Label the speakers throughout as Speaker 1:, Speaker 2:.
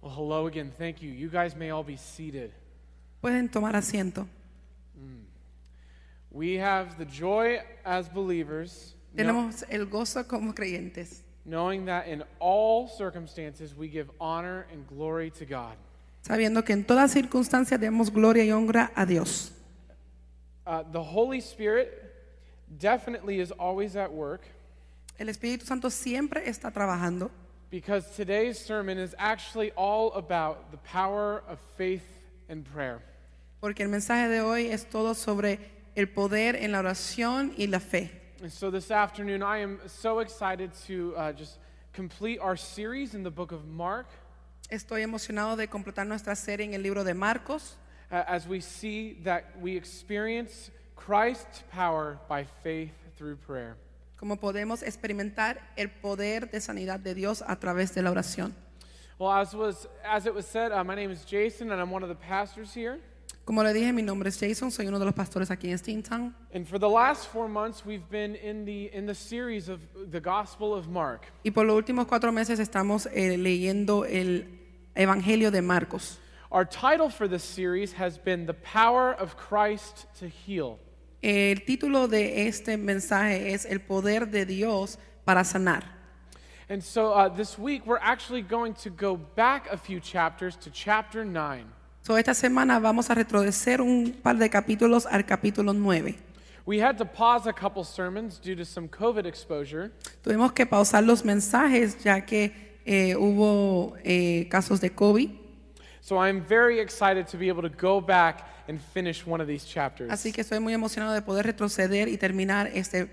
Speaker 1: Well, hello again. Thank you. You guys may all be seated.
Speaker 2: Pueden tomar asiento.
Speaker 1: We have the joy as believers, kno-
Speaker 2: Tenemos el gozo como creyentes,
Speaker 1: knowing that in all circumstances we give honor and glory to God.
Speaker 2: sabiendo que en todas circunstancias demos gloria y honra a Dios.
Speaker 1: Uh, the Holy Spirit definitely is always at work
Speaker 2: El Espíritu Santo siempre está trabajando,
Speaker 1: because today's sermon is actually all about the power of faith and prayer.
Speaker 2: porque el mensaje de hoy es todo sobre el poder en la oración y la fe.
Speaker 1: And so this afternoon, I am so excited to uh, just complete our series in the book of Mark.
Speaker 2: Estoy emocionado de completar nuestra serie en el libro de Marcos,
Speaker 1: uh, as we see that we experience Christ's power by faith through prayer.
Speaker 2: como podemos experimentar el poder de sanidad de Dios a través de la oración.
Speaker 1: Well, as, was, as it was said, uh, my name is Jason, and I'm one of the pastors here.
Speaker 2: Como le dije, mi nombre es Jason, soy uno de los pastores aquí en Steamtown.
Speaker 1: And for the last four months, we've been in the, in the series of the Gospel of Mark.
Speaker 2: Y por los últimos cuatro meses estamos eh, leyendo el Evangelio de Marcos.
Speaker 1: Our title for this series has been The Power of Christ to Heal.
Speaker 2: El título de este mensaje es El poder de Dios para sanar.
Speaker 1: And so uh, this week, we're actually going to go back a few chapters to chapter 9.
Speaker 2: So, esta semana vamos a retroceder un par de capítulos al capítulo 9.
Speaker 1: We had to pause a couple sermons due to some COVID exposure.
Speaker 2: Tuvimos que pausar los mensajes ya que eh, hubo eh, casos de COVID.
Speaker 1: So I'm very excited to be able to go back and finish one of these chapters.
Speaker 2: Así que estoy muy emocionado de poder retroceder y terminar este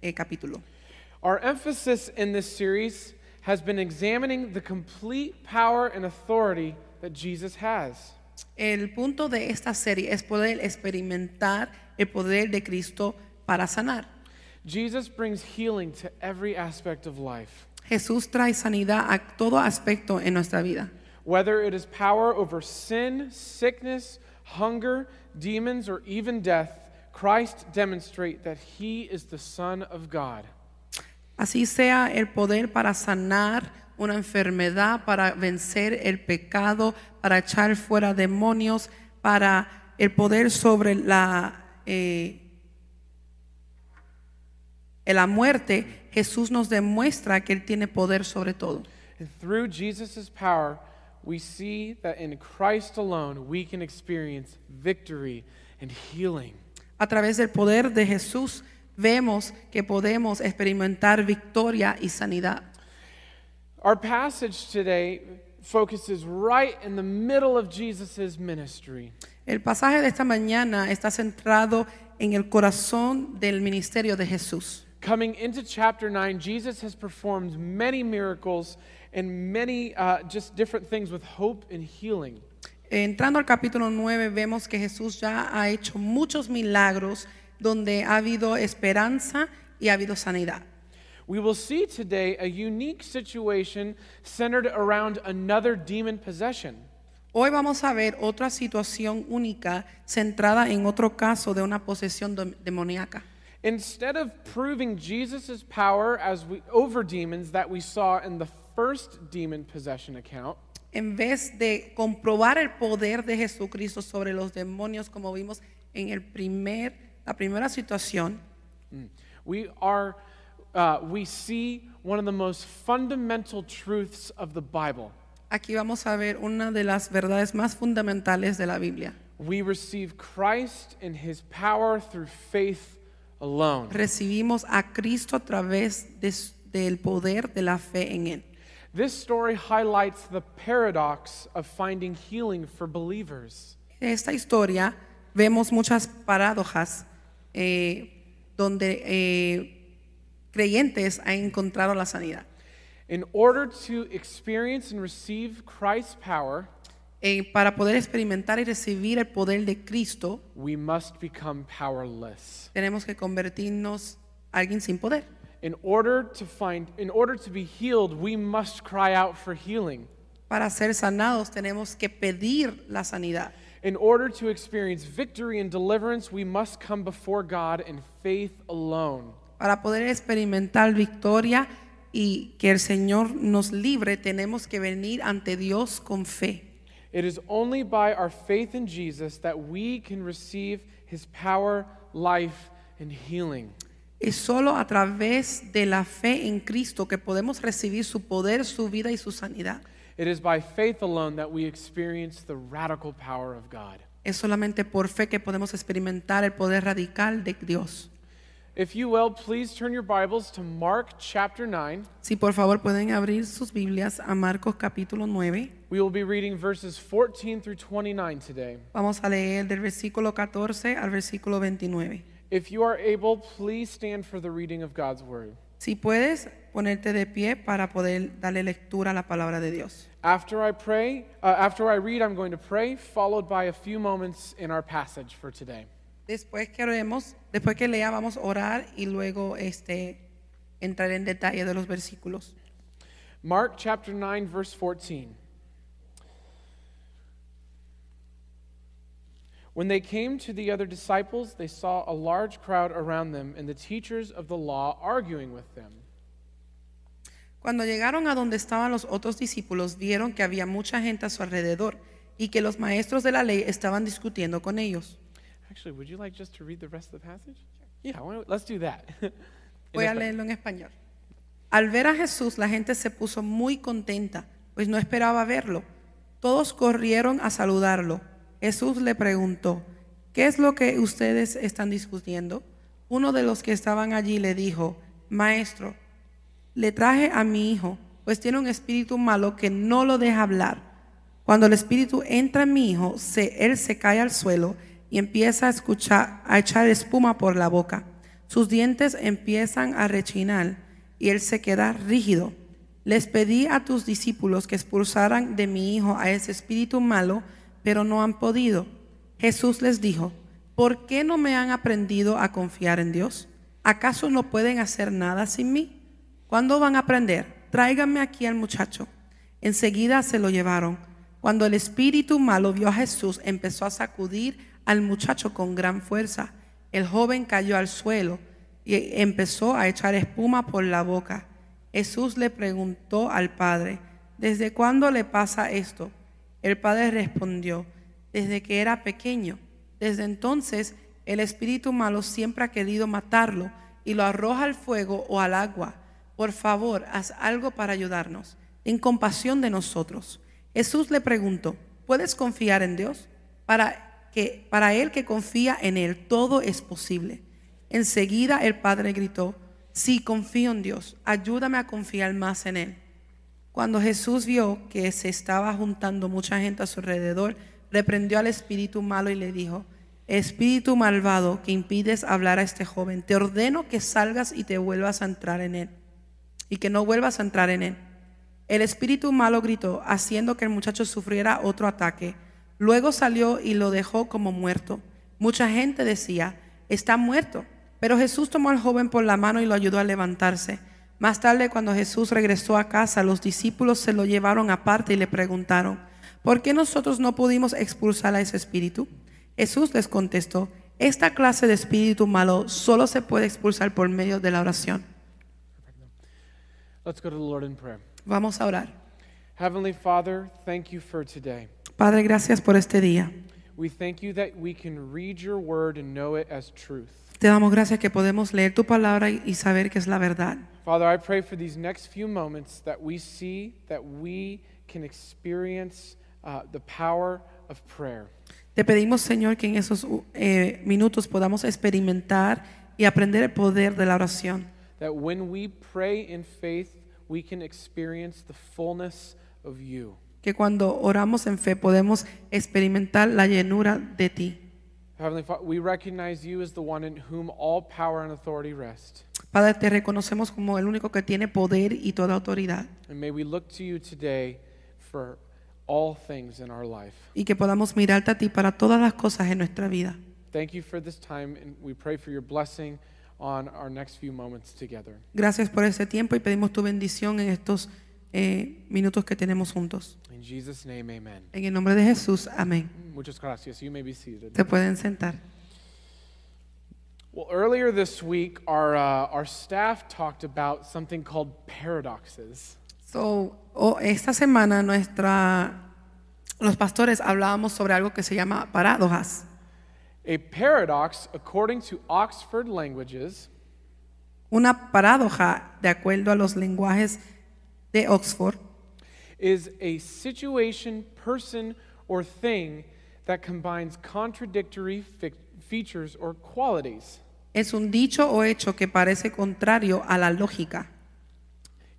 Speaker 2: eh, capítulo.
Speaker 1: Our emphasis in this series has been examining the complete power and authority that Jesus has.
Speaker 2: El punto de esta serie es poder experimentar el poder de Cristo para sanar.
Speaker 1: Jesus brings healing to every aspect of life,
Speaker 2: Jesús trae sanidad a todo aspecto en nuestra vida,
Speaker 1: whether it is power over sin, sickness, hunger, demons, or even death. Christ demonstrate that he is the Son of God.
Speaker 2: así sea el poder para sanar una enfermedad, para vencer el pecado, para echar fuera demonios, para el poder sobre la, eh, la muerte. Jesús nos demuestra que Él tiene poder sobre todo.
Speaker 1: And through Jesus' power, we see that in Christ alone we can experience victory and healing.
Speaker 2: A través del poder de Jesús vemos que podemos experimentar victoria y sanidad.
Speaker 1: Our passage today focuses right in the middle of Jesus' ministry.
Speaker 2: El pasaje de esta mañana está centrado en el corazón del ministerio de Jesús.
Speaker 1: Coming into chapter 9, Jesus has performed many miracles and many uh, just different things with hope and healing.
Speaker 2: Entrando al capítulo 9 vemos que Jesús ya ha hecho muchos milagros donde ha habido esperanza y ha habido sanidad.
Speaker 1: We will see today a unique situation centered around another demon possession.
Speaker 2: Hoy vamos a ver otra situación única centrada en otro caso de una posesión dem- demoníaca.
Speaker 1: Instead of proving Jesus' power as we, over demons that we saw in the first demon possession account,
Speaker 2: En vez de comprobar el poder de Jesucristo sobre los demonios como vimos en el primer, la primera situación,
Speaker 1: mm, we, are, uh, we see one of the most fundamental truths of the Bible.
Speaker 2: Aquí vamos a ver una de las verdades más fundamentales de la Biblia.
Speaker 1: We receive Christ and his power through faith alone.
Speaker 2: Recibimos a Cristo a través de s- del poder de la fe en Él.
Speaker 1: This story highlights the paradox of finding healing for believers.
Speaker 2: En esta historia vemos muchas paradojas eh, donde eh, creyentes han encontrado la sanidad.
Speaker 1: In order to experience and receive Christ's power,
Speaker 2: Eh, para poder experimentar y recibir el poder de Cristo,
Speaker 1: we must become powerless.
Speaker 2: tenemos que convertirnos alguien sin poder.
Speaker 1: In order to find in order to be healed, we must cry out for healing.
Speaker 2: Para ser sanados tenemos que pedir la sanidad.
Speaker 1: In order to experience victory and deliverance, we must come before God in faith alone.
Speaker 2: Para poder experimentar victoria y que el Señor nos libre, tenemos que venir ante Dios con fe.
Speaker 1: It is only by our faith in Jesus that we can receive his power, life, and healing.
Speaker 2: Es solo a través de la fe en Cristo que podemos recibir su poder, su vida y su sanidad.
Speaker 1: It is by faith alone that we experience the radical power of God.
Speaker 2: Es solamente por fe que podemos experimentar el poder radical de Dios.
Speaker 1: If you will, please turn your Bibles to Mark chapter 9.
Speaker 2: Si por favor pueden abrir sus Biblias a Marcos capítulo 9.
Speaker 1: We will be reading verses 14 through 29 today.
Speaker 2: Vamos a leer del versículo 14 al versículo 29.
Speaker 1: If you are able, please stand for the reading of God's word.
Speaker 2: Si puedes ponerte de pie para poder darle lectura a la palabra de Dios.
Speaker 1: After I pray, uh, after I read, I'm going to pray, followed by a few moments in our passage for today.
Speaker 2: Después que oremos, después que lea vamos a orar y luego este entrar en detalle de los versículos.
Speaker 1: Mark chapter 9, verse 14. When they came to the other disciples, they saw a large crowd around them and the teachers of the law arguing with them.
Speaker 2: Cuando llegaron a donde estaban los otros discípulos, vieron que había mucha gente a su alrededor y que los maestros de la ley estaban discutiendo con ellos.
Speaker 1: Actually, would you like just to read the rest of the passage? Yeah, why don't- let's do that. In
Speaker 2: Voy a
Speaker 1: Espa-
Speaker 2: leerlo en español. Al ver a Jesús, la gente se puso muy contenta, pues no esperaba verlo. Todos corrieron a saludarlo. Jesús le preguntó, ¿qué es lo que ustedes están discutiendo? Uno de los que estaban allí le dijo, Maestro, le traje a mi hijo, pues tiene un espíritu malo que no lo deja hablar. Cuando el espíritu entra en mi hijo, se- él se cae al suelo y empieza a escuchar, a echar espuma por la boca. Sus dientes empiezan a rechinar y él se queda rígido. Les pedí a tus discípulos que expulsaran de mi hijo a ese espíritu malo, pero no han podido. Jesús les dijo, ¿por qué no me han aprendido a confiar en Dios? ¿Acaso no pueden hacer nada sin mí? ¿Cuándo van a aprender? Tráiganme aquí al muchacho. Enseguida se lo llevaron. Cuando el espíritu malo vio a Jesús, empezó a sacudir al muchacho con gran fuerza. El joven cayó al suelo y empezó a echar espuma por la boca. Jesús le preguntó al padre, ¿desde cuándo le pasa esto? El padre respondió, desde que era pequeño. Desde entonces el espíritu malo siempre ha querido matarlo y lo arroja al fuego o al agua. Por favor, haz algo para ayudarnos. En compasión de nosotros. Jesús le preguntó, ¿puedes confiar en Dios? Para, que, para el que confía en Él todo es posible. Enseguida el padre gritó, sí, confío en Dios, ayúdame a confiar más en Él. Cuando Jesús vio que se estaba juntando mucha gente a su alrededor, reprendió al espíritu malo y le dijo, Espíritu malvado que impides hablar a este joven, te ordeno que salgas y te vuelvas a entrar en él, y que no vuelvas a entrar en él. El espíritu malo gritó, haciendo que el muchacho sufriera otro ataque. Luego salió y lo dejó como muerto. Mucha gente decía, está muerto. Pero Jesús tomó al joven por la mano y lo ayudó a levantarse. Más tarde, cuando Jesús regresó a casa, los discípulos se lo llevaron aparte y le preguntaron, ¿por qué nosotros no pudimos expulsar a ese espíritu? Jesús les contestó, esta clase de espíritu malo solo se puede expulsar por medio de la oración.
Speaker 1: Let's go to the Lord in prayer.
Speaker 2: Vamos a orar.
Speaker 1: Heavenly Father, thank you for today.
Speaker 2: Padre, gracias por este día.
Speaker 1: We thank you that we can read your word and know it as truth.
Speaker 2: Te damos gracias que podemos leer tu palabra y y saber que es la verdad.
Speaker 1: Father, I pray for these next few moments that we see that we can experience uh, the power of prayer.
Speaker 2: Te pedimos, Señor, que en esos uh, eh, minutos podamos experimentar y aprender el poder de la oración.
Speaker 1: That when we pray in faith, we can experience the fullness of you.
Speaker 2: Que cuando oramos en fe podemos experimentar la llenura de ti.
Speaker 1: Heavenly Father, we recognize you as the one in whom all power and authority rest.
Speaker 2: Padre, te reconocemos como el único que tiene poder y toda autoridad.
Speaker 1: And may we look to you today for all things in our life.
Speaker 2: Y que podamos mirarte a ti para todas las cosas en nuestra vida.
Speaker 1: Thank you for this time, and we pray for your blessing on our next few moments together.
Speaker 2: Gracias por este tiempo y pedimos tu bendición en estos eh, minutos que tenemos juntos.
Speaker 1: In Jesus' name, amen.
Speaker 2: En el nombre de Jesús, amén.
Speaker 1: Muchas gracias. You may be seated.
Speaker 2: Te pueden sentar.
Speaker 1: Well, earlier this week, our, uh, our staff talked about something called paradoxes.
Speaker 2: So, o- esta semana nuestra, los pastores hablábamos sobre algo que se llama paradojas.
Speaker 1: A paradox, according to Oxford Languages,
Speaker 2: Una paradoja, de acuerdo a los lenguajes de Oxford,
Speaker 1: is a situation, person, or thing that combines contradictory fi- features or qualities.
Speaker 2: es un dicho o hecho que parece contrario a la lógica.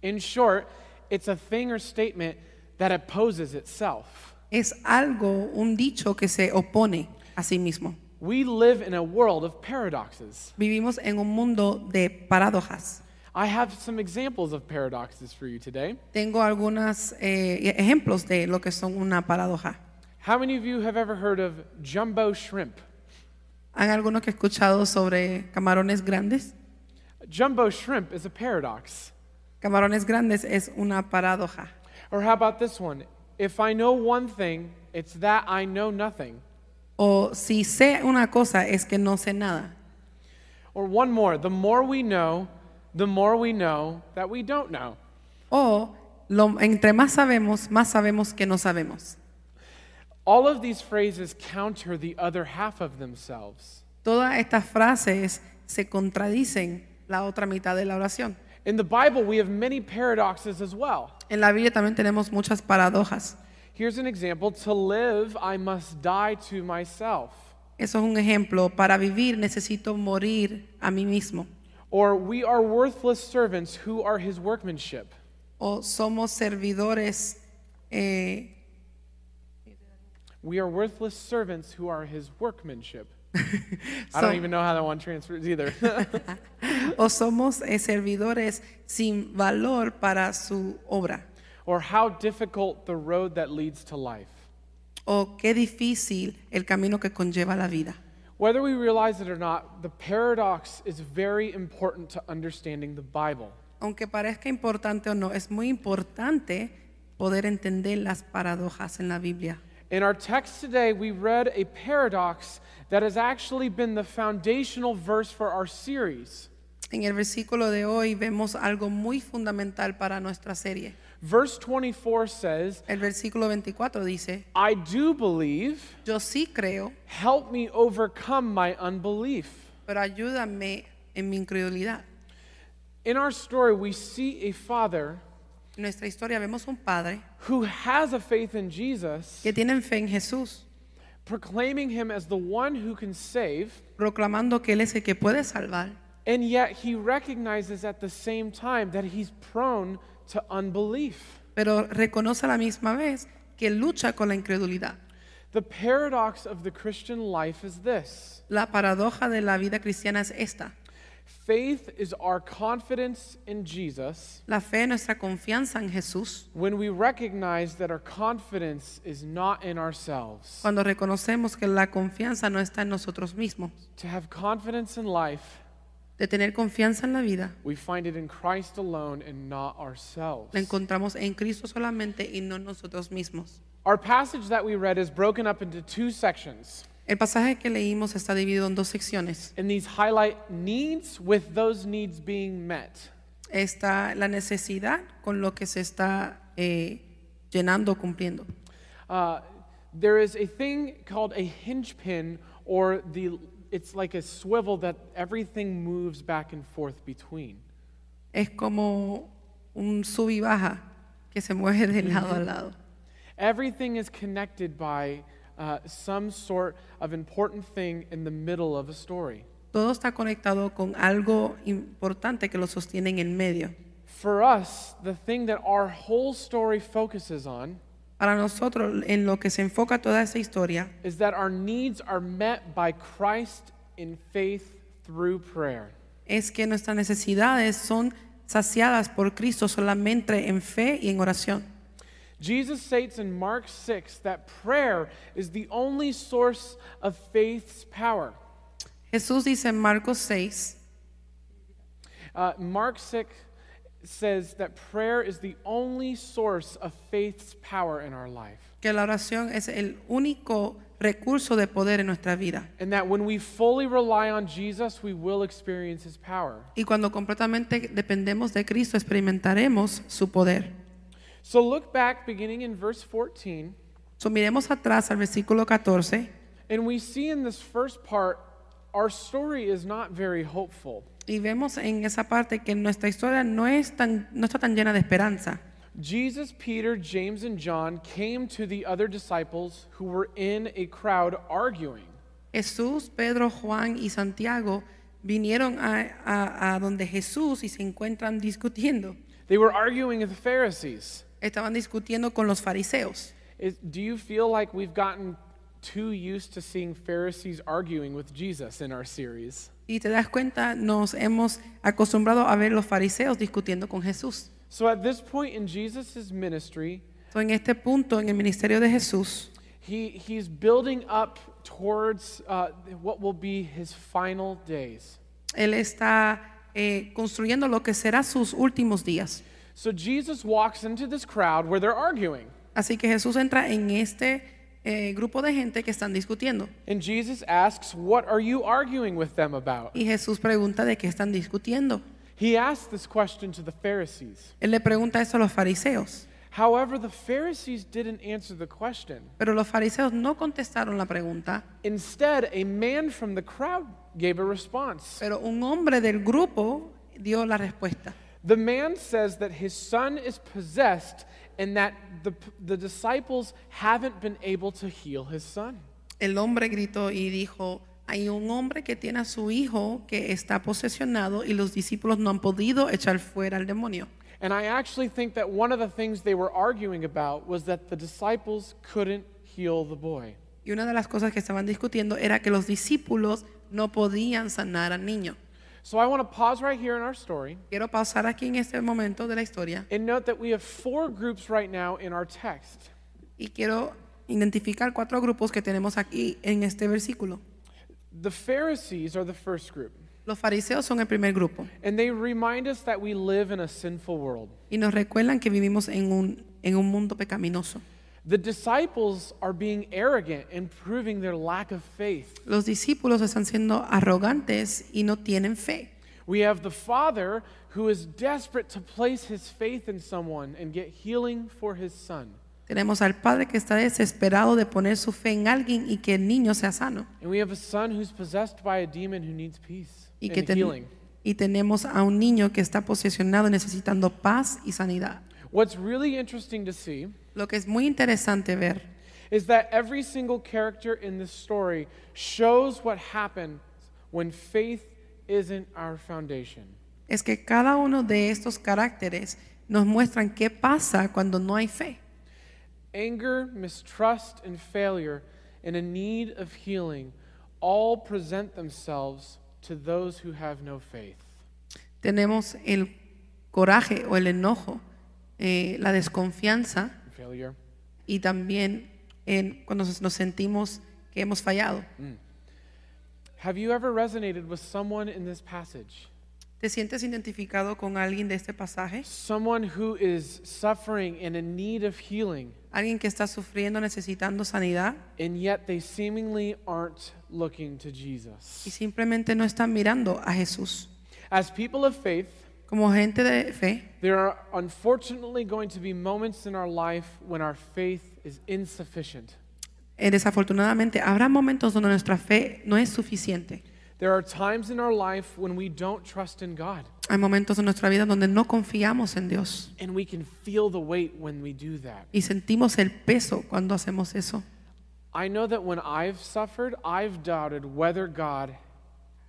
Speaker 1: In short, it's a thing or statement that opposes itself.
Speaker 2: Es algo, un dicho que se opone a sí mismo.
Speaker 1: We live in a world of paradoxes.
Speaker 2: Vivimos en un mundo de paradojas.
Speaker 1: I have some examples of paradoxes for you today.
Speaker 2: Tengo algunos ejemplos de lo que son una paradoja.
Speaker 1: How many of you have ever heard of jumbo shrimp?
Speaker 2: ¿Han algunos que he escuchado sobre camarones grandes?
Speaker 1: Jumbo shrimp is a paradox.
Speaker 2: Camarones grandes es una paradoja.
Speaker 1: Or how about this one? If I know one thing, it's that I know nothing.
Speaker 2: O si sé una cosa es que no sé nada.
Speaker 1: Or one more, the more we know, the more we know that we don't know.
Speaker 2: O lo- entre más sabemos, más sabemos que no sabemos.
Speaker 1: All of these phrases counter the other half of themselves.
Speaker 2: Todas estas frases se contradicen la otra mitad de la oración.
Speaker 1: In the Bible, we have many paradoxes as well.
Speaker 2: En la Biblia también tenemos muchas paradojas.
Speaker 1: Here's an example To live, I must die to myself.
Speaker 2: Eso es un ejemplo. Para vivir necesito morir a mí mismo.
Speaker 1: Or we are worthless servants who are his workmanship.
Speaker 2: O somos servidores. eh,
Speaker 1: We are worthless servants who are his workmanship. I
Speaker 2: so-
Speaker 1: don't even know how that one transfers either.
Speaker 2: o somos eh, servidores sin valor para su obra.
Speaker 1: or how difficult the road that leads to life.
Speaker 2: O qué difícil el camino que conlleva la vida.
Speaker 1: Whether we realize it or not, the paradox is very important to understanding the Bible.
Speaker 2: Aunque parezca importante o no, es muy importante poder entender las paradojas en la Biblia.
Speaker 1: In our text today, we read a paradox that has actually been the foundational verse for our series.
Speaker 2: En el versículo de hoy vemos algo muy fundamental para nuestra serie.
Speaker 1: Verse 24 says,
Speaker 2: El versículo 24 dice,
Speaker 1: I do believe,
Speaker 2: yo sí creo,
Speaker 1: help me overcome my unbelief.
Speaker 2: pero ayúdame en mi incredulidad.
Speaker 1: In our story, we see a father
Speaker 2: En nuestra historia vemos un padre
Speaker 1: who has a faith in Jesus,
Speaker 2: que tiene fe en Jesús,
Speaker 1: proclaiming him as the one who can save,
Speaker 2: proclamando que Él es el que puede salvar,
Speaker 1: and yet he recognizes at the same time that he's prone to unbelief.
Speaker 2: pero reconoce a la misma vez que lucha con la incredulidad.
Speaker 1: The paradox of the Christian life is this
Speaker 2: La paradoja de la vida cristiana es esta.
Speaker 1: faith is our confidence in Jesus
Speaker 2: La fe es nuestra confianza en Jesús
Speaker 1: when we recognize that our confidence is not in ourselves.
Speaker 2: cuando reconocemos que la confianza no está en nosotros mismos.
Speaker 1: To have confidence in life,
Speaker 2: De tener confianza en la vida
Speaker 1: we find it in Christ alone and not ourselves.
Speaker 2: la encontramos en Cristo solamente y no en nosotros mismos.
Speaker 1: Our passage that we read is broken up into two sections,
Speaker 2: El pasaje que leímos está dividido en dos secciones.
Speaker 1: and these highlight needs with those needs being met.
Speaker 2: Está la necesidad con lo que se está eh, llenando o cumpliendo.
Speaker 1: Uh, there is a thing called a hinge pin, or the it's like a swivel that everything moves back and forth between.
Speaker 2: Es como un sub y baja que se mueve de lado a lado.
Speaker 1: Everything is connected by uh, some sort of important thing in the middle of a story.
Speaker 2: Todo está conectado con algo importante que lo sostiene en el medio.
Speaker 1: For us, the thing that our whole story focuses on
Speaker 2: Para nosotros, en lo que se enfoca toda esa historia,
Speaker 1: is that our needs are met by Christ in faith through prayer.
Speaker 2: es que nuestras necesidades son saciadas por Cristo solamente en fe y en oración.
Speaker 1: Jesus states in Mark 6 that prayer is the only source of faith's power.
Speaker 2: Jesús dice en Marcos 6,
Speaker 1: Uh, Mark 6 says that prayer is the only source of faith's power in our life.
Speaker 2: que la oración es el único recurso de poder en nuestra vida.
Speaker 1: and that when we fully rely on Jesus, we will experience his power.
Speaker 2: Y cuando completamente dependemos de Cristo, experimentaremos su poder.
Speaker 1: So look back beginning in verse 14,
Speaker 2: So, miremos atrás al versículo 14
Speaker 1: and we see in this first part, our story is not very hopeful.
Speaker 2: y vemos en esa parte que nuestra historia no, es tan, no está tan llena de esperanza.
Speaker 1: Jesus, Peter, James, and John came to the other disciples who were in a crowd arguing.
Speaker 2: Jesús, Pedro, Juan y Santiago vinieron a, a- a donde Jesús y se encuentran discutiendo.
Speaker 1: They were arguing with the Pharisees.
Speaker 2: Estaban discutiendo con los fariseos.
Speaker 1: Is, do you feel like we've gotten too used to seeing Pharisees arguing with Jesus in our series?
Speaker 2: Y te das cuenta, nos hemos acostumbrado a ver los fariseos discutiendo con Jesús.
Speaker 1: So at this point in Jesus' ministry,
Speaker 2: Entonces, en este punto, en el ministerio de Jesús,
Speaker 1: he, he's building up towards uh, what will be his final days.
Speaker 2: Él está eh, construyendo lo que será sus últimos días.
Speaker 1: So Jesus walks into this crowd where they're arguing,
Speaker 2: Así que Jesús entra en este eh, grupo de gente que están discutiendo.
Speaker 1: and Jesus asks, What are you arguing with them about?
Speaker 2: Y Jesús pregunta de qué están discutiendo.
Speaker 1: He asks this question to the Pharisees.
Speaker 2: Él le pregunta eso a los fariseos.
Speaker 1: However, the Pharisees didn't answer the question.
Speaker 2: Pero los fariseos no contestaron la pregunta,
Speaker 1: Instead, a man from the crowd gave a response.
Speaker 2: pero un hombre del grupo dio la respuesta.
Speaker 1: The man says that his son is possessed and that the, the disciples haven't been able to heal his son.
Speaker 2: El hombre gritó y dijo, hay un hombre que tiene a su hijo que está posesionado y los discípulos no han podido echar fuera al demonio.
Speaker 1: And I actually think that one of the things they were arguing about was that the disciples couldn't heal the boy.
Speaker 2: Y una de las cosas que estaban discutiendo era que los discípulos no podían sanar al niño.
Speaker 1: So I want to pause right here in our story
Speaker 2: Quiero pausar aquí en este momento de la historia
Speaker 1: and note that we have four groups right now in our text.
Speaker 2: y quiero identificar cuatro grupos que tenemos aquí en este versículo.
Speaker 1: The Pharisees are the first group,
Speaker 2: Los fariseos son el primer grupo
Speaker 1: and they remind us that we live in a sinful world.
Speaker 2: y nos recuerdan que vivimos en un, en un mundo pecaminoso.
Speaker 1: The disciples are being arrogant and proving their lack of faith.
Speaker 2: Los discípulos están siendo arrogantes y no tienen fe.
Speaker 1: We have the father who is desperate to place his faith in someone and get healing for his son.
Speaker 2: Tenemos al padre que está desesperado de poner su fe en alguien y que el niño sea sano.
Speaker 1: And we have a son who's possessed by a demon who needs peace
Speaker 2: Y, que
Speaker 1: and
Speaker 2: ten-
Speaker 1: healing.
Speaker 2: y tenemos a un niño que está posesionado y necesitando paz y sanidad.
Speaker 1: What's really interesting to see
Speaker 2: Lo que es muy interesante ver
Speaker 1: is that every single character in this story shows what happens when faith isn't our foundation.
Speaker 2: es que cada uno de estos caracteres nos muestran qué pasa cuando no hay fe.
Speaker 1: Anger, mistrust, and failure, and a need of healing all present themselves to those who have no faith.
Speaker 2: Tenemos el coraje o el enojo, eh, la desconfianza
Speaker 1: Failure.
Speaker 2: y también en cuando nos nos sentimos que hemos fallado.
Speaker 1: Have you ever resonated with someone in this passage?
Speaker 2: ¿Te sientes identificado con alguien de este pasaje?
Speaker 1: Someone who is suffering and in need of healing,
Speaker 2: Alguien que está sufriendo, necesitando sanidad
Speaker 1: and yet they seemingly aren't looking to Jesus.
Speaker 2: y simplemente no están mirando a Jesús.
Speaker 1: As people of faith,
Speaker 2: Como gente de fe,
Speaker 1: there are unfortunately going to be moments in our life when our faith is insufficient.
Speaker 2: eh, desafortunadamente habrá momentos donde nuestra fe no es suficiente.
Speaker 1: There are times in our life when we don't trust in God,
Speaker 2: Hay momentos en nuestra vida donde no confiamos en Dios
Speaker 1: and we can feel the weight when we do that.
Speaker 2: y sentimos el peso cuando hacemos eso.
Speaker 1: I know that when I've suffered, I've doubted whether God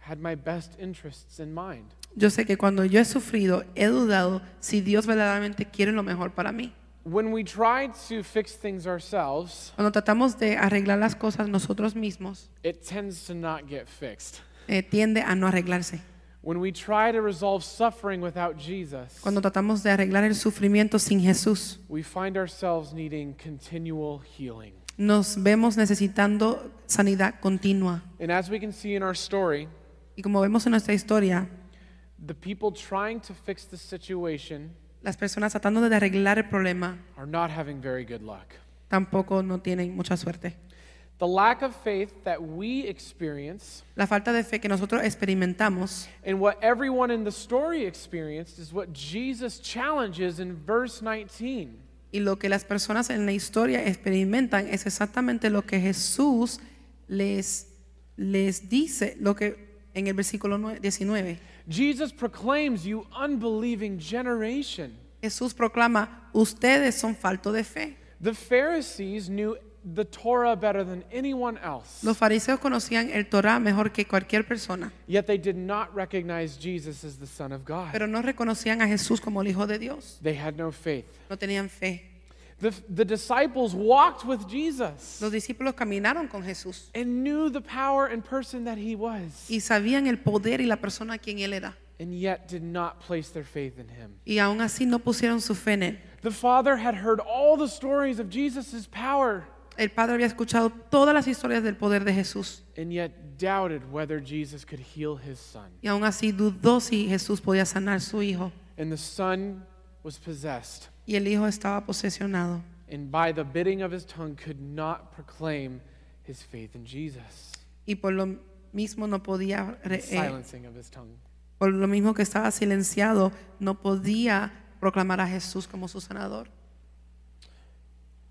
Speaker 1: had my best interests in mind.
Speaker 2: Yo sé que cuando yo he sufrido, he dudado si Dios verdaderamente quiere lo mejor para mí.
Speaker 1: When we try to fix things ourselves,
Speaker 2: Cuando tratamos de arreglar las cosas nosotros mismos,
Speaker 1: it tends to not get fixed.
Speaker 2: eh, tiende a no arreglarse.
Speaker 1: When we try to resolve suffering without Jesus,
Speaker 2: Cuando tratamos de arreglar el sufrimiento sin Jesús,
Speaker 1: we find ourselves needing continual healing.
Speaker 2: nos vemos necesitando sanidad continua.
Speaker 1: And as we can see in our story,
Speaker 2: Y como vemos en nuestra historia,
Speaker 1: the people trying to fix the situation
Speaker 2: las personas tratando de arreglar el problema
Speaker 1: are not having very good luck.
Speaker 2: tampoco no tienen mucha suerte.
Speaker 1: The lack of faith that we experience
Speaker 2: La falta de fe que nosotros experimentamos
Speaker 1: and what everyone in the story experienced is what Jesus challenges in verse 19.
Speaker 2: y lo que las personas en la historia experimentan es exactamente lo que Jesús les, les dice, lo que en el versículo nue- 19.
Speaker 1: Jesus proclaims, You unbelieving generation.
Speaker 2: Jesús proclama, ustedes son faltos de fe.
Speaker 1: The Pharisees knew the Torah better than anyone else,
Speaker 2: Los fariseos conocían el Torah mejor que cualquier persona,
Speaker 1: yet they did not recognize Jesus as the Son of God.
Speaker 2: pero no reconocían a Jesús como el Hijo de Dios.
Speaker 1: They had no faith.
Speaker 2: No tenían fe.
Speaker 1: The, the disciples walked with Jesus
Speaker 2: Los discípulos caminaron con Jesús
Speaker 1: and knew the power and person that he was,
Speaker 2: y sabían el poder y la persona a quien Él era.
Speaker 1: and yet did not place their faith in him.
Speaker 2: Y aún así no pusieron su fe en Él.
Speaker 1: The Father had heard all the stories of Jesus' power
Speaker 2: El Padre había escuchado todas las historias del poder de Jesús
Speaker 1: and yet doubted whether Jesus could heal his son.
Speaker 2: y aún así dudó si Jesús podía sanar su hijo.
Speaker 1: And the son was possessed
Speaker 2: Y el hijo estaba posesionado
Speaker 1: and by the bidding of his tongue could not proclaim his faith in Jesus.
Speaker 2: y por lo mismo no podía
Speaker 1: The
Speaker 2: re- eh,
Speaker 1: silencing of his tongue.
Speaker 2: por lo mismo que estaba silenciado, no podía proclamar a Jesús como su sanador.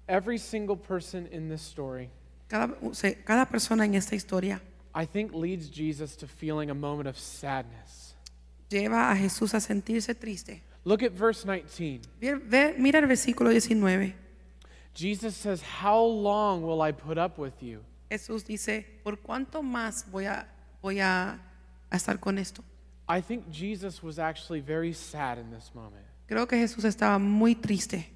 Speaker 1: Every single person in this story,
Speaker 2: Cada, se- cada persona en esta historia
Speaker 1: I think, leads Jesus to feeling a moment of sadness.
Speaker 2: lleva a Jesús a sentirse triste.
Speaker 1: Look at verse 19.
Speaker 2: Ve- ve- mira el versículo 19.
Speaker 1: Jesus says, How long will I put up with you?
Speaker 2: Jesús dice, ¿por cuánto más voy a, voy a, a estar con esto?
Speaker 1: I think Jesus was actually very sad in this moment.
Speaker 2: Creo que Jesús estaba muy triste.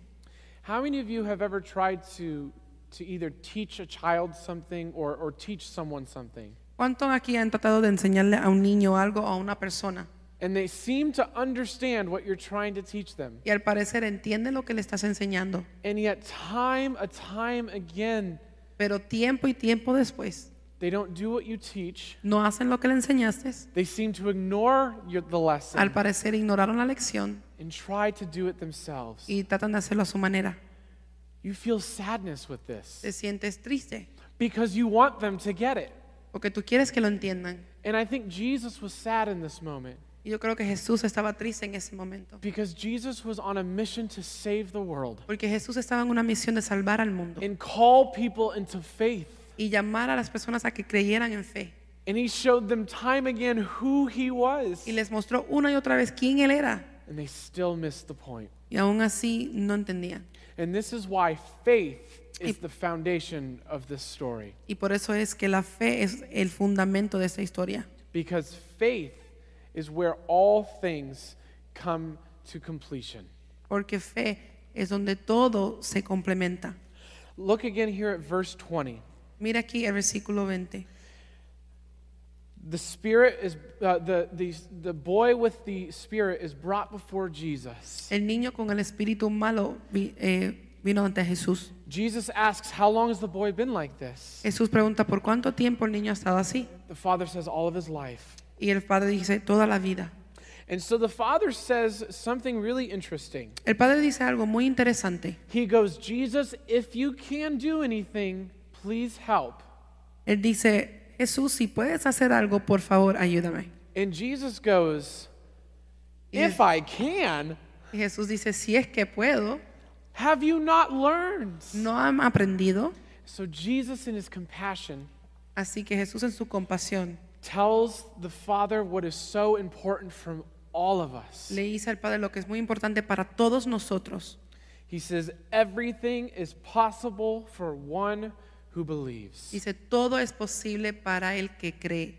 Speaker 1: How many of you have ever tried to, to either teach a child something or, or teach someone something?
Speaker 2: ¿Cuántos aquí han tratado de enseñarle a un niño algo o a una persona?
Speaker 1: And they seem to understand what you're trying to teach them.
Speaker 2: Y al parecer entiende lo que le estás enseñando,
Speaker 1: And yet, time a time again,
Speaker 2: pero tiempo y tiempo después
Speaker 1: they don't do what you teach.
Speaker 2: no hacen lo que le enseñaste.
Speaker 1: They seem to ignore your, the
Speaker 2: Al
Speaker 1: lesson
Speaker 2: parecer ignoraron la lección
Speaker 1: and try to do it themselves.
Speaker 2: y tratan de hacerlo a su manera.
Speaker 1: You feel sadness with this
Speaker 2: Te sientes triste
Speaker 1: because you want them to get it.
Speaker 2: porque tú quieres que lo entiendan.
Speaker 1: And I think Jesus was sad in this moment
Speaker 2: Y yo creo que Jesús estaba triste en ese momento
Speaker 1: because Jesus was on a mission to save the world
Speaker 2: porque Jesús estaba en una misión de salvar al mundo
Speaker 1: and call people into faith.
Speaker 2: y llamar a las personas a que creyeran en fe.
Speaker 1: And he showed them time again who he was.
Speaker 2: Y les mostró una y otra vez quién él era
Speaker 1: And they still missed the point.
Speaker 2: y aún así no entendían.
Speaker 1: And this is why faith is the foundation of this story.
Speaker 2: Y por eso es que la fe es el fundamento de esta historia.
Speaker 1: Because faith is where all things come to completion.
Speaker 2: Porque fe es donde todo se complementa.
Speaker 1: Look again here at verse 20.
Speaker 2: Mira aquí el versículo 20.
Speaker 1: The spirit is uh, the, the the boy with the spirit is brought before Jesus.
Speaker 2: El niño con el espíritu malo vi- eh, vino ante Jesús.
Speaker 1: Jesus asks, "How long has the boy been like this?"
Speaker 2: Jesús pregunta, ¿por cuánto tiempo el niño ha estado así?
Speaker 1: The father says, "All of his life."
Speaker 2: Y el padre dice, toda la vida.
Speaker 1: And so the father says something really interesting.
Speaker 2: El padre dice algo muy interesante.
Speaker 1: He goes, Jesus, if you can do anything, please help.
Speaker 2: Él dice, Jesús, si puedes hacer algo, por favor, ayúdame.
Speaker 1: And Jesus goes,
Speaker 2: Yeah.
Speaker 1: If I can,
Speaker 2: Y Jesús dice, si es que puedo,
Speaker 1: have you not learned?
Speaker 2: no han aprendido.
Speaker 1: So Jesus, in his compassion,
Speaker 2: Así que Jesús en su compasión
Speaker 1: tells the Father what is so important from all of us.
Speaker 2: le dice al Padre lo que es muy importante para todos nosotros.
Speaker 1: He says, Everything is possible for one who believes.
Speaker 2: Dice, todo es posible para el que cree.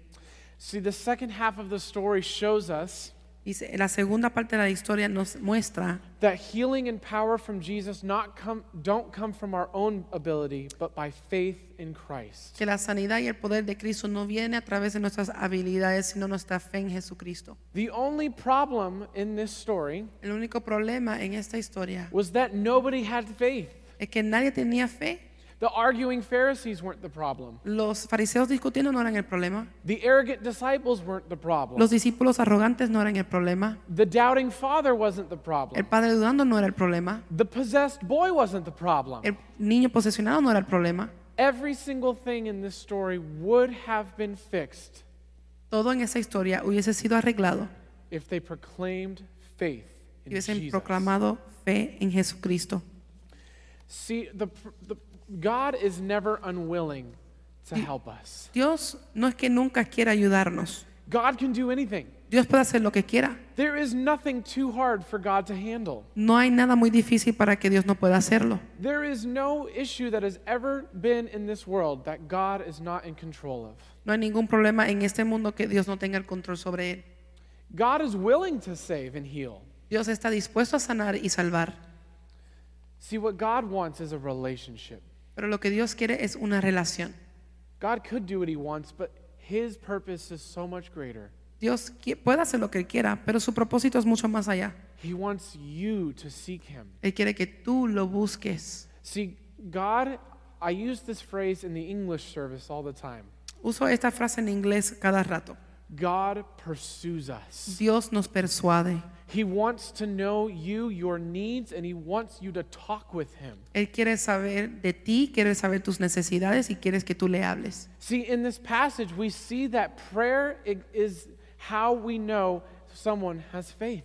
Speaker 1: See, the second half of the story shows us
Speaker 2: Dice, la segunda parte de la historia nos muestra
Speaker 1: that healing and power from Jesus not come, don't come from our own ability, but by faith in Christ.
Speaker 2: que la sanidad y el poder de Cristo no viene a través de nuestras habilidades, sino nuestra fe en Jesucristo.
Speaker 1: The only problem in this story
Speaker 2: El único problema en esta historia
Speaker 1: was that nobody had faith.
Speaker 2: es que nadie tenía fe.
Speaker 1: The arguing Pharisees weren't the problem.
Speaker 2: Los fariseos discutiendo no eran el problema.
Speaker 1: The arrogant disciples weren't the problem.
Speaker 2: Los discípulos arrogantes no eran el problema.
Speaker 1: The doubting father wasn't the
Speaker 2: El
Speaker 1: problem.
Speaker 2: padre dudando no era el problema.
Speaker 1: The possessed boy wasn't the problem.
Speaker 2: El niño posesionado no era el problema.
Speaker 1: Every single thing in this story would have been fixed
Speaker 2: Todo en esa historia hubiese sido arreglado
Speaker 1: if they proclaimed faith
Speaker 2: y
Speaker 1: in
Speaker 2: hubiesen
Speaker 1: Jesus.
Speaker 2: proclamado fe en Jesucristo.
Speaker 1: See, the, pr- the, God is never unwilling to help us.
Speaker 2: Dios no es que nunca quiera ayudarnos.
Speaker 1: God can do anything.
Speaker 2: Dios puede hacer lo que quiera.
Speaker 1: There is nothing too hard for God to handle.
Speaker 2: No hay nada muy difícil para que Dios no pueda hacerlo.
Speaker 1: There is no issue that has ever been in this world that God is not in control of.
Speaker 2: No hay ningún problema en este mundo que Dios no tenga el control sobre él.
Speaker 1: God is willing to save and heal.
Speaker 2: Dios está dispuesto a sanar y salvar,
Speaker 1: See, what God wants is a relationship.
Speaker 2: pero lo que Dios quiere es una relación.
Speaker 1: God could do what he wants, but his purpose is so much greater.
Speaker 2: Dios qui- puede hacer lo que él quiera, pero su propósito es mucho más allá.
Speaker 1: He wants you to seek him.
Speaker 2: Él quiere que tú lo busques.
Speaker 1: See, God, I use this phrase in the English service all the time
Speaker 2: Uso esta frase en inglés cada rato.
Speaker 1: God pursues us.
Speaker 2: Dios nos persuade.
Speaker 1: He wants to know you, your needs, and he wants you to talk with him.
Speaker 2: Él quiere saber de ti, quiere saber tus necesidades y quieres que tú le hables.
Speaker 1: See, in this passage, we see that prayer i- is how we know someone has faith.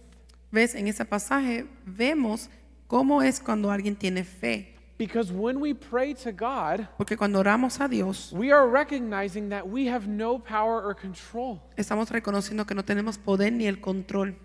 Speaker 2: ¿Ves? En ese pasaje vemos cómo es cuando alguien tiene fe.
Speaker 1: Because when we pray to God,
Speaker 2: Porque cuando oramos a Dios,
Speaker 1: we are recognizing that we have no power or control.
Speaker 2: estamos reconociendo que no tenemos poder ni el control.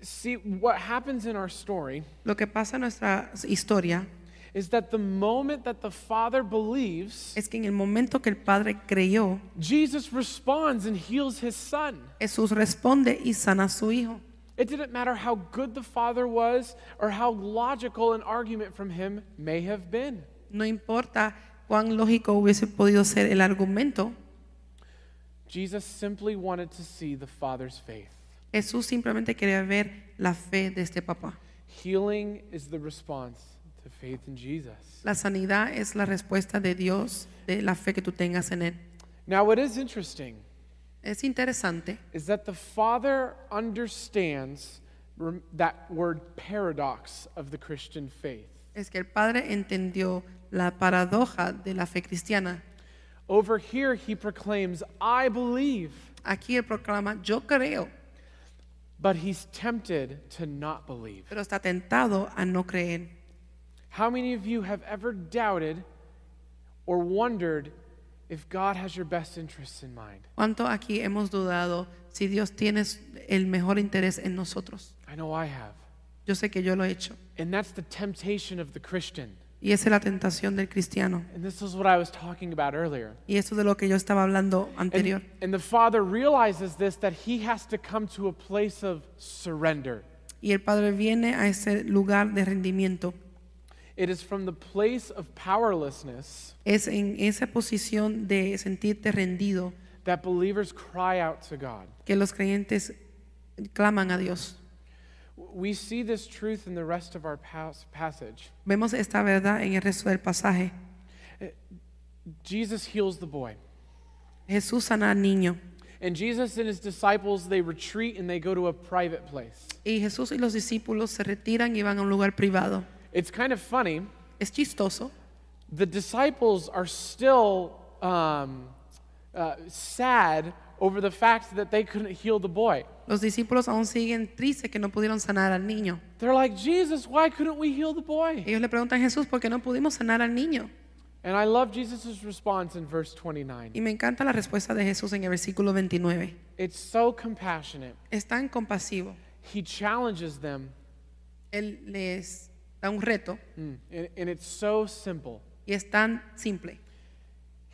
Speaker 1: See, what happens in our story
Speaker 2: Lo que pasa en nuestra historia
Speaker 1: is that the moment that the Father believes,
Speaker 2: es que en el momento que el Padre creyó,
Speaker 1: Jesus responds and heals his son.
Speaker 2: Jesús responde y sana a su hijo.
Speaker 1: It didn't matter how good the Father was or how logical an argument from him may have been.
Speaker 2: No importa cuán lógico hubiese podido ser el argumento,
Speaker 1: Jesus simply wanted to see the Father's faith.
Speaker 2: Jesús simplemente quería ver la fe de este papá.
Speaker 1: Healing is the response to faith in Jesus.
Speaker 2: La sanidad es la respuesta de Dios de la fe que tú tengas en Él.
Speaker 1: Now, what is interesting
Speaker 2: Es interesante
Speaker 1: is that the Father understands rem- that word paradox of the Christian faith.
Speaker 2: es que el Padre entendió la paradoja de la fe cristiana.
Speaker 1: Over here, he proclaims, I believe,
Speaker 2: Aquí él proclama, yo creo,
Speaker 1: but he's tempted to not believe.
Speaker 2: pero está tentado a no creer.
Speaker 1: How many of you have ever doubted or wondered if God has your best interests in mind?
Speaker 2: ¿Cuánto aquí hemos dudado si Dios tiene el mejor interés en nosotros?
Speaker 1: I know I have.
Speaker 2: Yo sé que yo lo he hecho.
Speaker 1: And that's the temptation of the Christian.
Speaker 2: Y esa es la tentación del cristiano.
Speaker 1: And this is what I was talking about earlier.
Speaker 2: Y eso de lo que yo estaba hablando anterior.
Speaker 1: And, and the father realizes this that he has to come to a place of surrender.
Speaker 2: Y el Padre viene a ese lugar de rendimiento.
Speaker 1: It is from the place of powerlessness
Speaker 2: Es en esa posición de sentirte rendido
Speaker 1: that believers cry out to God.
Speaker 2: que los creyentes claman a Dios.
Speaker 1: We see this truth in the rest of our pas- passage.
Speaker 2: Vemos esta verdad en el resto del pasaje.
Speaker 1: Jesus heals the boy.
Speaker 2: Jesús sana al niño.
Speaker 1: And Jesus and his disciples, they retreat and they go to a private place.
Speaker 2: Y Jesús y los discípulos se retiran y van a un lugar privado.
Speaker 1: It's kind of funny.
Speaker 2: Es chistoso
Speaker 1: The disciples are still um, uh, sad over the fact that they couldn't heal the boy.
Speaker 2: Los discípulos aún siguen tristes que no pudieron sanar al niño.
Speaker 1: They're like, Jesus, why couldn't we heal the boy?
Speaker 2: Ellos le preguntan a Jesús por qué no pudimos sanar al niño.
Speaker 1: And I love Jesus' response in verse 29.
Speaker 2: Y me encanta la respuesta de Jesús en el versículo 29.
Speaker 1: It's so compassionate.
Speaker 2: Es tan compasivo.
Speaker 1: He challenges them,
Speaker 2: Él les da un reto
Speaker 1: mm, and, and it's so simple.
Speaker 2: y es tan simple.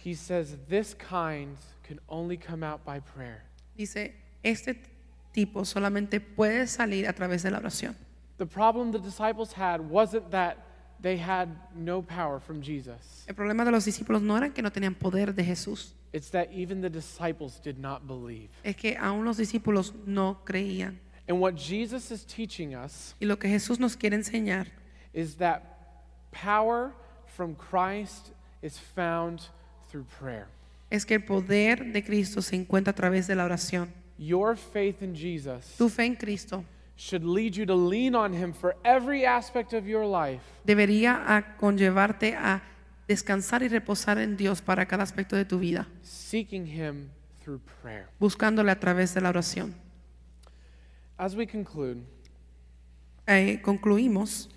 Speaker 1: He says, This kind can only come out by prayer.
Speaker 2: Dice, este t- tipo solamente puede salir a través de la oración.
Speaker 1: The problem the disciples had wasn't that they had no power from Jesus,
Speaker 2: El problema de los discípulos no era que no tenían poder de Jesús,
Speaker 1: it's that even the disciples did not believe.
Speaker 2: es que aún los discípulos no creían.
Speaker 1: And what Jesus is teaching us
Speaker 2: Y lo que Jesús nos quiere enseñar
Speaker 1: is that power from Christ is found through prayer.
Speaker 2: es que el poder de Cristo se encuentra a través de la oración.
Speaker 1: Your faith in Jesus
Speaker 2: Tu fe en Cristo
Speaker 1: should lead you to lean on Him for every aspect of your life.
Speaker 2: debería a conllevarte a descansar y reposar en Dios para cada aspecto de tu vida,
Speaker 1: seeking Him through prayer.
Speaker 2: buscándole a través de la oración.
Speaker 1: As we conclude,
Speaker 2: Eh, concluimos,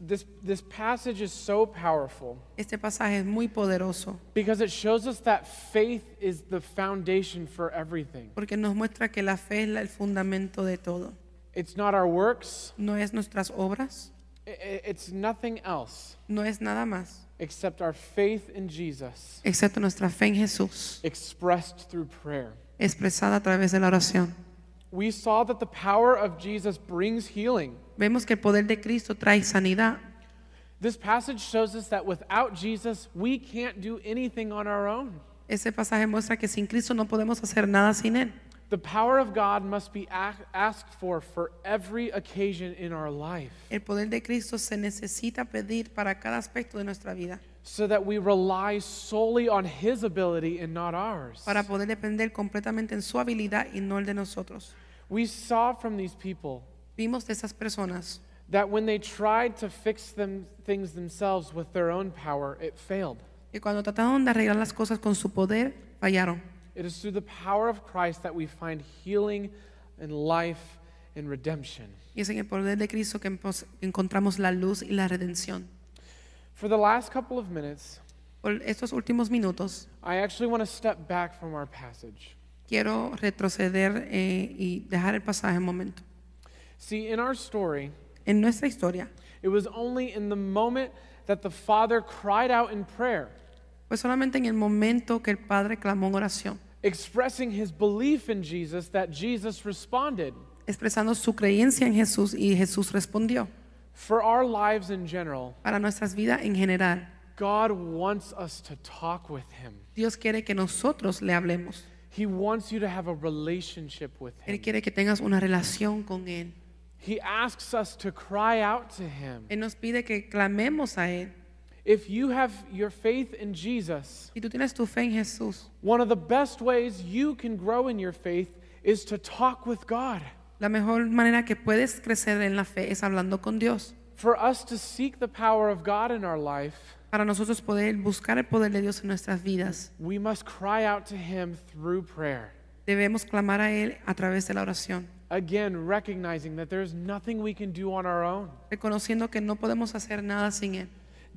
Speaker 1: this, this passage is so powerful
Speaker 2: este pasaje es muy poderoso
Speaker 1: because it shows us that faith is the foundation for everything.
Speaker 2: porque nos muestra que la fe es la- el fundamento de todo.
Speaker 1: It's not our works,
Speaker 2: No es nuestras obras,
Speaker 1: i- i- it's nothing else
Speaker 2: no es nada más,
Speaker 1: except our faith in Jesus
Speaker 2: excepto nuestra fe en Jesús,
Speaker 1: expressed through prayer.
Speaker 2: expresada a través de la oración.
Speaker 1: We saw that the power of Jesus brings healing.
Speaker 2: Vemos que el poder de Cristo trae sanidad.
Speaker 1: This passage shows us that without Jesus, we can't do anything on our own.
Speaker 2: Ese pasaje muestra que sin Cristo no podemos hacer nada sin Él.
Speaker 1: The power of God must be ac- asked for for every occasion in our life
Speaker 2: El poder de Cristo se necesita pedir para cada aspecto de nuestra vida,
Speaker 1: so that we rely solely on His ability and not ours.
Speaker 2: para poder depender completamente en su habilidad y no el de nosotros.
Speaker 1: We saw from these people
Speaker 2: Vimos de esas personas
Speaker 1: that when they tried to fix them, things themselves with their own power, it failed.
Speaker 2: que cuando trataron de arreglar las cosas con su poder, fallaron.
Speaker 1: It is through the power of Christ that we find healing and life and redemption.
Speaker 2: Y es en el poder de Cristo que empos- encontramos la luz y la redención.
Speaker 1: For the last couple of minutes,
Speaker 2: Por estos últimos minutos,
Speaker 1: I actually want to step back from our passage.
Speaker 2: quiero retroceder eh, y dejar el pasaje un momento.
Speaker 1: See, in our story,
Speaker 2: En nuestra historia,
Speaker 1: It was only in the moment that the Father cried out in prayer,
Speaker 2: pues solamente en el momento que el Padre clamó en oración,
Speaker 1: expressing his belief in Jesus, that Jesus responded.
Speaker 2: expresando su creencia en Jesús y Jesús respondió.
Speaker 1: For our lives in general,
Speaker 2: para nuestras vidas en general.
Speaker 1: God wants us to talk with him.
Speaker 2: Dios quiere que nosotros le hablemos.
Speaker 1: He wants you to have a relationship with
Speaker 2: Él
Speaker 1: him.
Speaker 2: quiere que tengas una relación con Él.
Speaker 1: He asks us to cry out to him.
Speaker 2: Él nos pide que clamemos a Él.
Speaker 1: If you have your faith in Jesus,
Speaker 2: Si tú tienes tu fe en Jesús,
Speaker 1: one of the best ways you can grow in your faith is to talk with God.
Speaker 2: la mejor manera que puedes crecer en la fe es hablando con Dios.
Speaker 1: For us to seek the power of God in our life,
Speaker 2: Para nosotros poder buscar el poder de Dios en nuestras vidas,
Speaker 1: We must cry out to Him through prayer.
Speaker 2: debemos clamar a Él a través de la oración,
Speaker 1: Again, recognizing that there is nothing we can do on our own.
Speaker 2: reconociendo que no podemos hacer nada sin Él.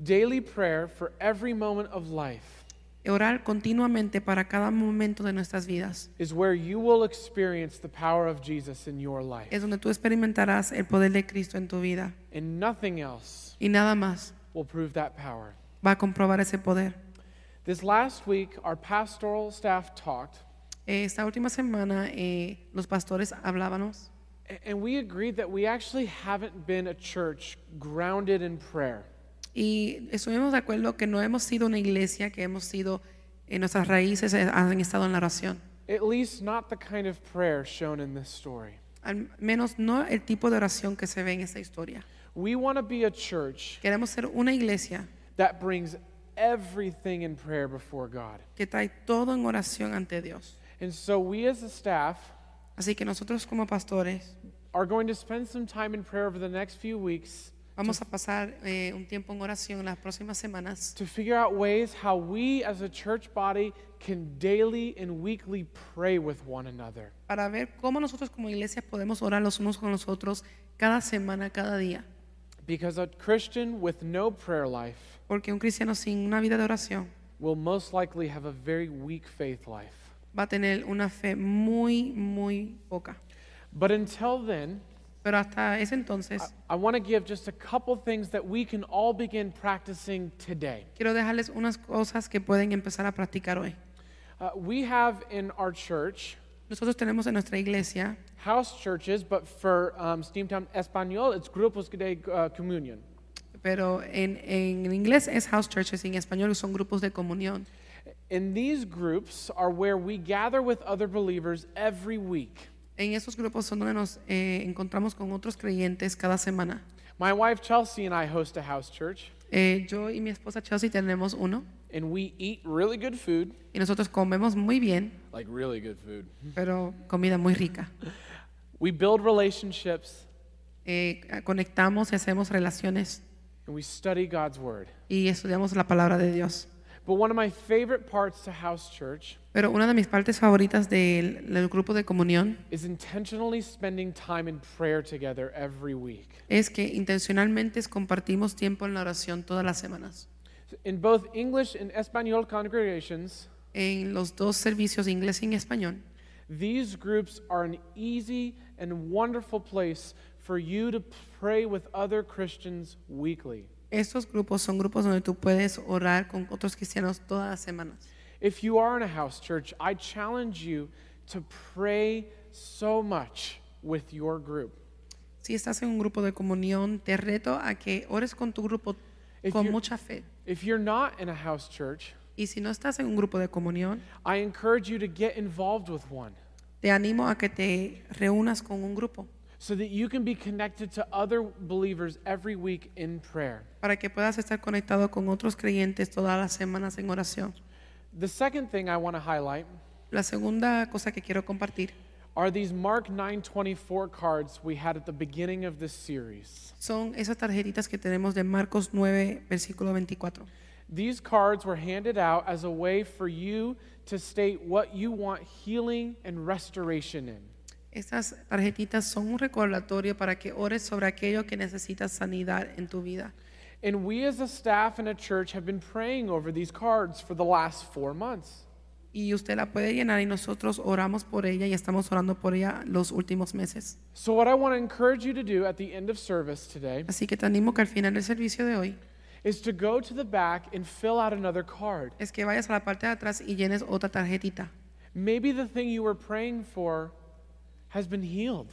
Speaker 1: Daily prayer for every moment of life
Speaker 2: Orar continuamente para cada momento de nuestras vidas
Speaker 1: is where you will experience the power of Jesus in your life.
Speaker 2: es donde tú experimentarás el poder de Cristo en tu vida
Speaker 1: And nothing else
Speaker 2: y nada más.
Speaker 1: will prove that power.
Speaker 2: va a comprobar ese poder.
Speaker 1: This last week, our pastoral staff talked,
Speaker 2: Eh, Esta última semana eh, los pastores hablábamos
Speaker 1: a- and we agreed that we actually haven't been a church grounded in prayer.
Speaker 2: y estuvimos de acuerdo que no hemos sido una iglesia, que hemos sido, eh, nuestras raíces eh, han estado en la oración.
Speaker 1: At least, not the kind of prayer shown in this story.
Speaker 2: Al menos no el tipo de oración que se ve en esta historia.
Speaker 1: We want to be a church
Speaker 2: Queremos ser una iglesia
Speaker 1: that brings everything in prayer before God.
Speaker 2: que trae todo en oración ante Dios.
Speaker 1: And so we as a staff
Speaker 2: Así que nosotros como pastores
Speaker 1: are going to spend some time in prayer over the next few weeks
Speaker 2: vamos a pasar eh, un tiempo en oración en las próximas semanas
Speaker 1: to figure out ways how we as a church body can daily and weekly pray with one another.
Speaker 2: para ver cómo nosotros como iglesia podemos orar los unos con los otros cada semana, cada día.
Speaker 1: Because a Christian with no prayer life
Speaker 2: Porque un cristiano sin una vida de oración
Speaker 1: will most likely have a very weak faith life.
Speaker 2: va a tener una fe muy, muy poca.
Speaker 1: But until then,
Speaker 2: Pero hasta ese entonces,
Speaker 1: I want to give just a couple things that we can all begin practicing today.
Speaker 2: quiero dejarles unas cosas que pueden empezar a practicar hoy.
Speaker 1: Uh, we have in our church
Speaker 2: Nosotros tenemos en nuestra iglesia
Speaker 1: house churches, but for um, Steamtown Español, it's Grupos de uh, Comunión.
Speaker 2: pero en, en inglés es house churches, y en español son grupos de comunión.
Speaker 1: And these groups are where we gather with other believers every week.
Speaker 2: En esos grupos son donde nos eh, encontramos con otros creyentes cada semana.
Speaker 1: My wife Chelsea and I host a house church,
Speaker 2: Eh, yo y mi esposa Chelsea tenemos uno
Speaker 1: and we eat really good food,
Speaker 2: y nosotros comemos muy bien,
Speaker 1: like really good food.
Speaker 2: pero comida muy rica.
Speaker 1: We build relationships
Speaker 2: Eh, conectamos y hacemos relaciones
Speaker 1: and we study God's word.
Speaker 2: y estudiamos la palabra de Dios.
Speaker 1: But one of my favorite parts to house church
Speaker 2: Pero una de mis partes favoritas del, del grupo de comunión
Speaker 1: is intentionally spending time in prayer together every week.
Speaker 2: es que intencionalmente compartimos tiempo en la oración todas las semanas.
Speaker 1: In both English and Espanol congregations,
Speaker 2: En los dos servicios, inglés y español,
Speaker 1: These groups are an easy and wonderful place for you to pray with other Christians weekly.
Speaker 2: estos grupos son grupos donde tú puedes orar con otros cristianos todas las semanas.
Speaker 1: If you are in a house church, I challenge you to pray so much with your group.
Speaker 2: Si estás en un grupo de comunión, te reto a que ores con tu grupo
Speaker 1: If
Speaker 2: con
Speaker 1: you're-
Speaker 2: mucha fe.
Speaker 1: If you're not in a house church,
Speaker 2: Y si no estás en un grupo de comunión,
Speaker 1: I encourage you to get involved with one
Speaker 2: te animo a que te reúnas con un grupo
Speaker 1: so that you can be connected to other believers every week in prayer.
Speaker 2: para que puedas estar conectado con otros creyentes todas las semanas en oración.
Speaker 1: The second thing I want to highlight
Speaker 2: La segunda cosa que quiero compartir
Speaker 1: are these Mark 9:24 cards we had at the beginning of this series.
Speaker 2: son esas tarjetitas que tenemos de Marcos 9, versículo 24.
Speaker 1: These cards were handed out as a way for you to state what you want healing and restoration in.
Speaker 2: Estas tarjetitas son un recordatorio para que ores sobre aquello que necesitas sanidad en tu vida.
Speaker 1: And we as a staff and a church have been praying over these cards for the last four months.
Speaker 2: Y usted la puede llenar y nosotros oramos por ella y estamos orando por ella los últimos meses.
Speaker 1: So, what I want to encourage you to do at the end of service today
Speaker 2: Así que te animo que al final del servicio de hoy
Speaker 1: is to go to the back and fill out another card.
Speaker 2: es que vayas a la parte de atrás y llenes otra tarjetita.
Speaker 1: Maybe the thing you were praying for has been healed.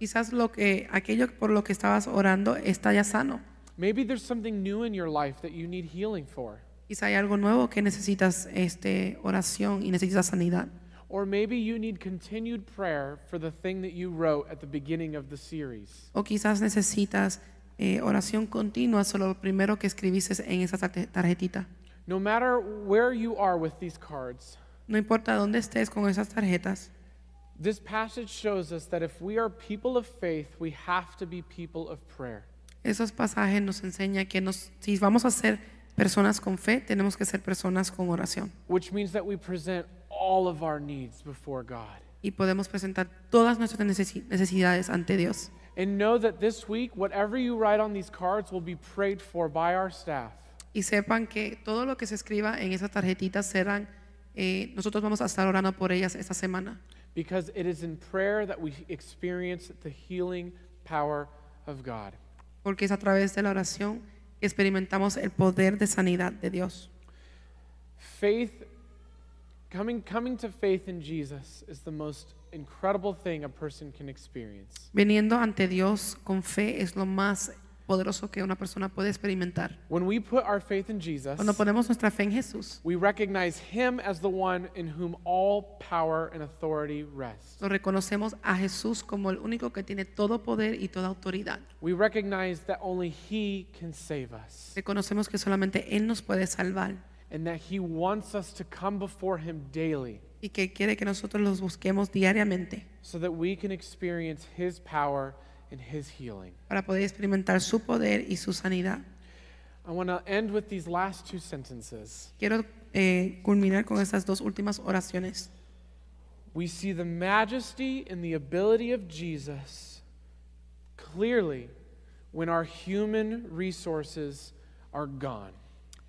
Speaker 2: Quizás lo que aquello por lo que estabas orando está ya sano.
Speaker 1: Maybe there's something new in your life that you need healing for.
Speaker 2: Quizá hay algo nuevo que necesitas este oración y necesitas sanidad.
Speaker 1: Or maybe you need continued prayer for the thing that you wrote at the beginning of the series.
Speaker 2: O quizás necesitas eh, oración continua sobre lo primero que escribiste en esa tar- tarjetita.
Speaker 1: No matter where you are with these cards,
Speaker 2: No importa dónde estés con esas tarjetas,
Speaker 1: this passage shows us that if we are people of faith, we have to be people of prayer.
Speaker 2: esos pasajes nos enseñan que nos, si vamos a ser personas con fe, tenemos que ser personas con oración.
Speaker 1: Which means that we present all of our needs before God.
Speaker 2: Y podemos presentar todas nuestras necesi- necesidades ante Dios.
Speaker 1: And know that this week, whatever you write on these cards will be prayed for by our staff.
Speaker 2: Y sepan que todo lo que se escriba en esas tarjetitas serán, eh, nosotros vamos a estar orando por ellas esta semana.
Speaker 1: Because it is in prayer that we experience the healing power of God.
Speaker 2: porque es a través de la oración que experimentamos el poder de sanidad de Dios.
Speaker 1: Faith, coming, coming to faith in Jesus is the most incredible thing a person can experience.
Speaker 2: Viniendo ante Dios con fe es lo más poderoso que una persona puede experimentar.
Speaker 1: When we put our faith in Jesus,
Speaker 2: Cuando ponemos nuestra fe en Jesús,
Speaker 1: we recognize him as the one in whom all power and authority rest.
Speaker 2: lo reconocemos a Jesús como el único que tiene todo poder y toda autoridad.
Speaker 1: We recognize that only he can save us
Speaker 2: Reconocemos que solamente Él nos puede salvar
Speaker 1: and that he wants us to come before him daily
Speaker 2: y que quiere que nosotros los busquemos diariamente
Speaker 1: so that we can experience his power and his healing.
Speaker 2: para poder experimentar su poder y su sanidad.
Speaker 1: I want to end with these last two sentences.
Speaker 2: Quiero eh, culminar con estas dos últimas oraciones.
Speaker 1: we see the majesty and the ability of Jesus clearly when our human resources are gone.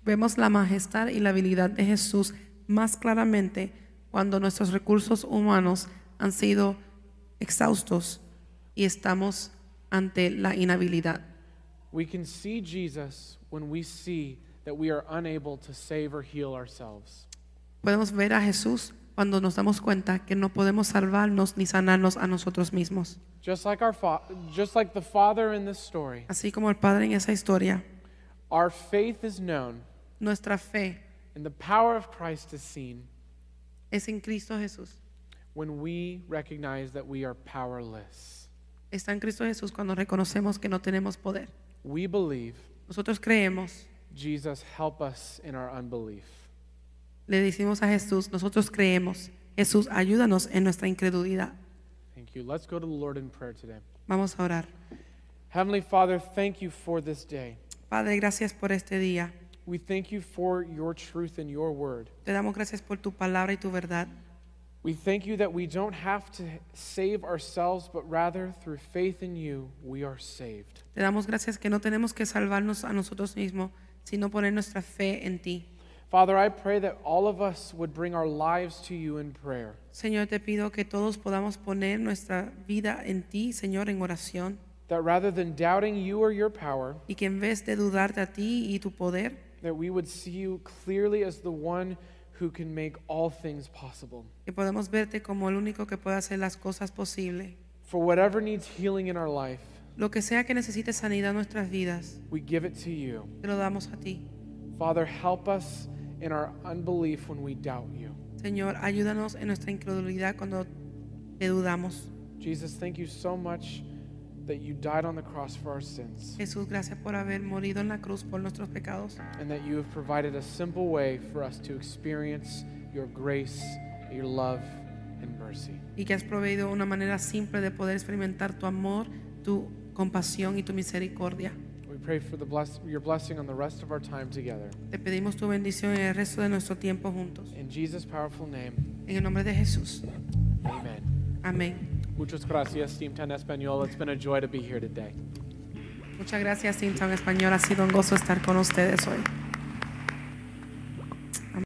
Speaker 2: Vemos la majestad y la habilidad de Jesús más claramente cuando nuestros recursos humanos han sido exhaustos y estamos ante la inhabilidad.
Speaker 1: We can see Jesus when we see that we are unable to save or heal ourselves.
Speaker 2: Podemos ver a Jesús cuando nos damos cuenta que no podemos salvarnos ni sanarnos a nosotros mismos.
Speaker 1: Just like our fa- just like the father in this story,
Speaker 2: Así como el Padre en esa historia,
Speaker 1: our faith is known
Speaker 2: nuestra fe
Speaker 1: and the power of Christ is seen
Speaker 2: es en Cristo Jesús.
Speaker 1: when we recognize that we are powerless.
Speaker 2: Está en Cristo Jesús cuando reconocemos que no tenemos poder.
Speaker 1: We believe
Speaker 2: Nosotros creemos
Speaker 1: Jesus, help us in our unbelief.
Speaker 2: Le decimos a Jesús, nosotros creemos. Jesús, ayúdanos en nuestra incredulidad.
Speaker 1: Thank you. Let's go to the Lord in prayer today.
Speaker 2: Vamos a orar.
Speaker 1: Heavenly Father, thank you for this day.
Speaker 2: Padre, gracias por este día.
Speaker 1: We thank you for your truth and your word.
Speaker 2: Te damos gracias por tu palabra y tu verdad.
Speaker 1: We thank you that we don't have to save ourselves, but rather through faith in you, we are saved.
Speaker 2: Te damos gracias que no tenemos que salvarnos a nosotros mismos, sino poner nuestra fe en ti.
Speaker 1: Father, I pray that all of us would bring our lives to you in prayer.
Speaker 2: Señor, te pido que todos podamos poner nuestra vida en ti, Señor, en oración,
Speaker 1: That rather than doubting you or your power,
Speaker 2: y que en vez de dudarte a ti y tu poder,
Speaker 1: that we would see you clearly as the one who can make all things possible.
Speaker 2: que podamos verte como el único que puede hacer las cosas posible.
Speaker 1: For whatever needs healing in our life,
Speaker 2: Lo que sea que necesite sanidad en nuestras vidas,
Speaker 1: we give it to you.
Speaker 2: te lo damos a ti.
Speaker 1: Father, help us in our unbelief when we doubt you.
Speaker 2: Señor, ayúdanos en nuestra incredulidad cuando te dudamos.
Speaker 1: Jesus, thank you so much that you died on the cross for our sins
Speaker 2: Jesús, gracias por haber morido en la cruz por nuestros pecados
Speaker 1: and that you have provided a simple way for us to experience your grace, your love, and mercy.
Speaker 2: y que has proveído una manera simple de poder experimentar tu amor, tu compasión y tu misericordia.
Speaker 1: We pray for the bless- your blessing on the rest of our time together.
Speaker 2: Te pedimos tu bendición en el resto de nuestro tiempo juntos.
Speaker 1: In Jesus' powerful name,
Speaker 2: En el nombre de Jesús.
Speaker 1: amen.
Speaker 2: Amén.
Speaker 1: Muchas gracias, Team 10 Espanol. It's been a joy to be here today.
Speaker 2: Muchas gracias, Tinta en Español. Ha sido un gozo estar con ustedes hoy.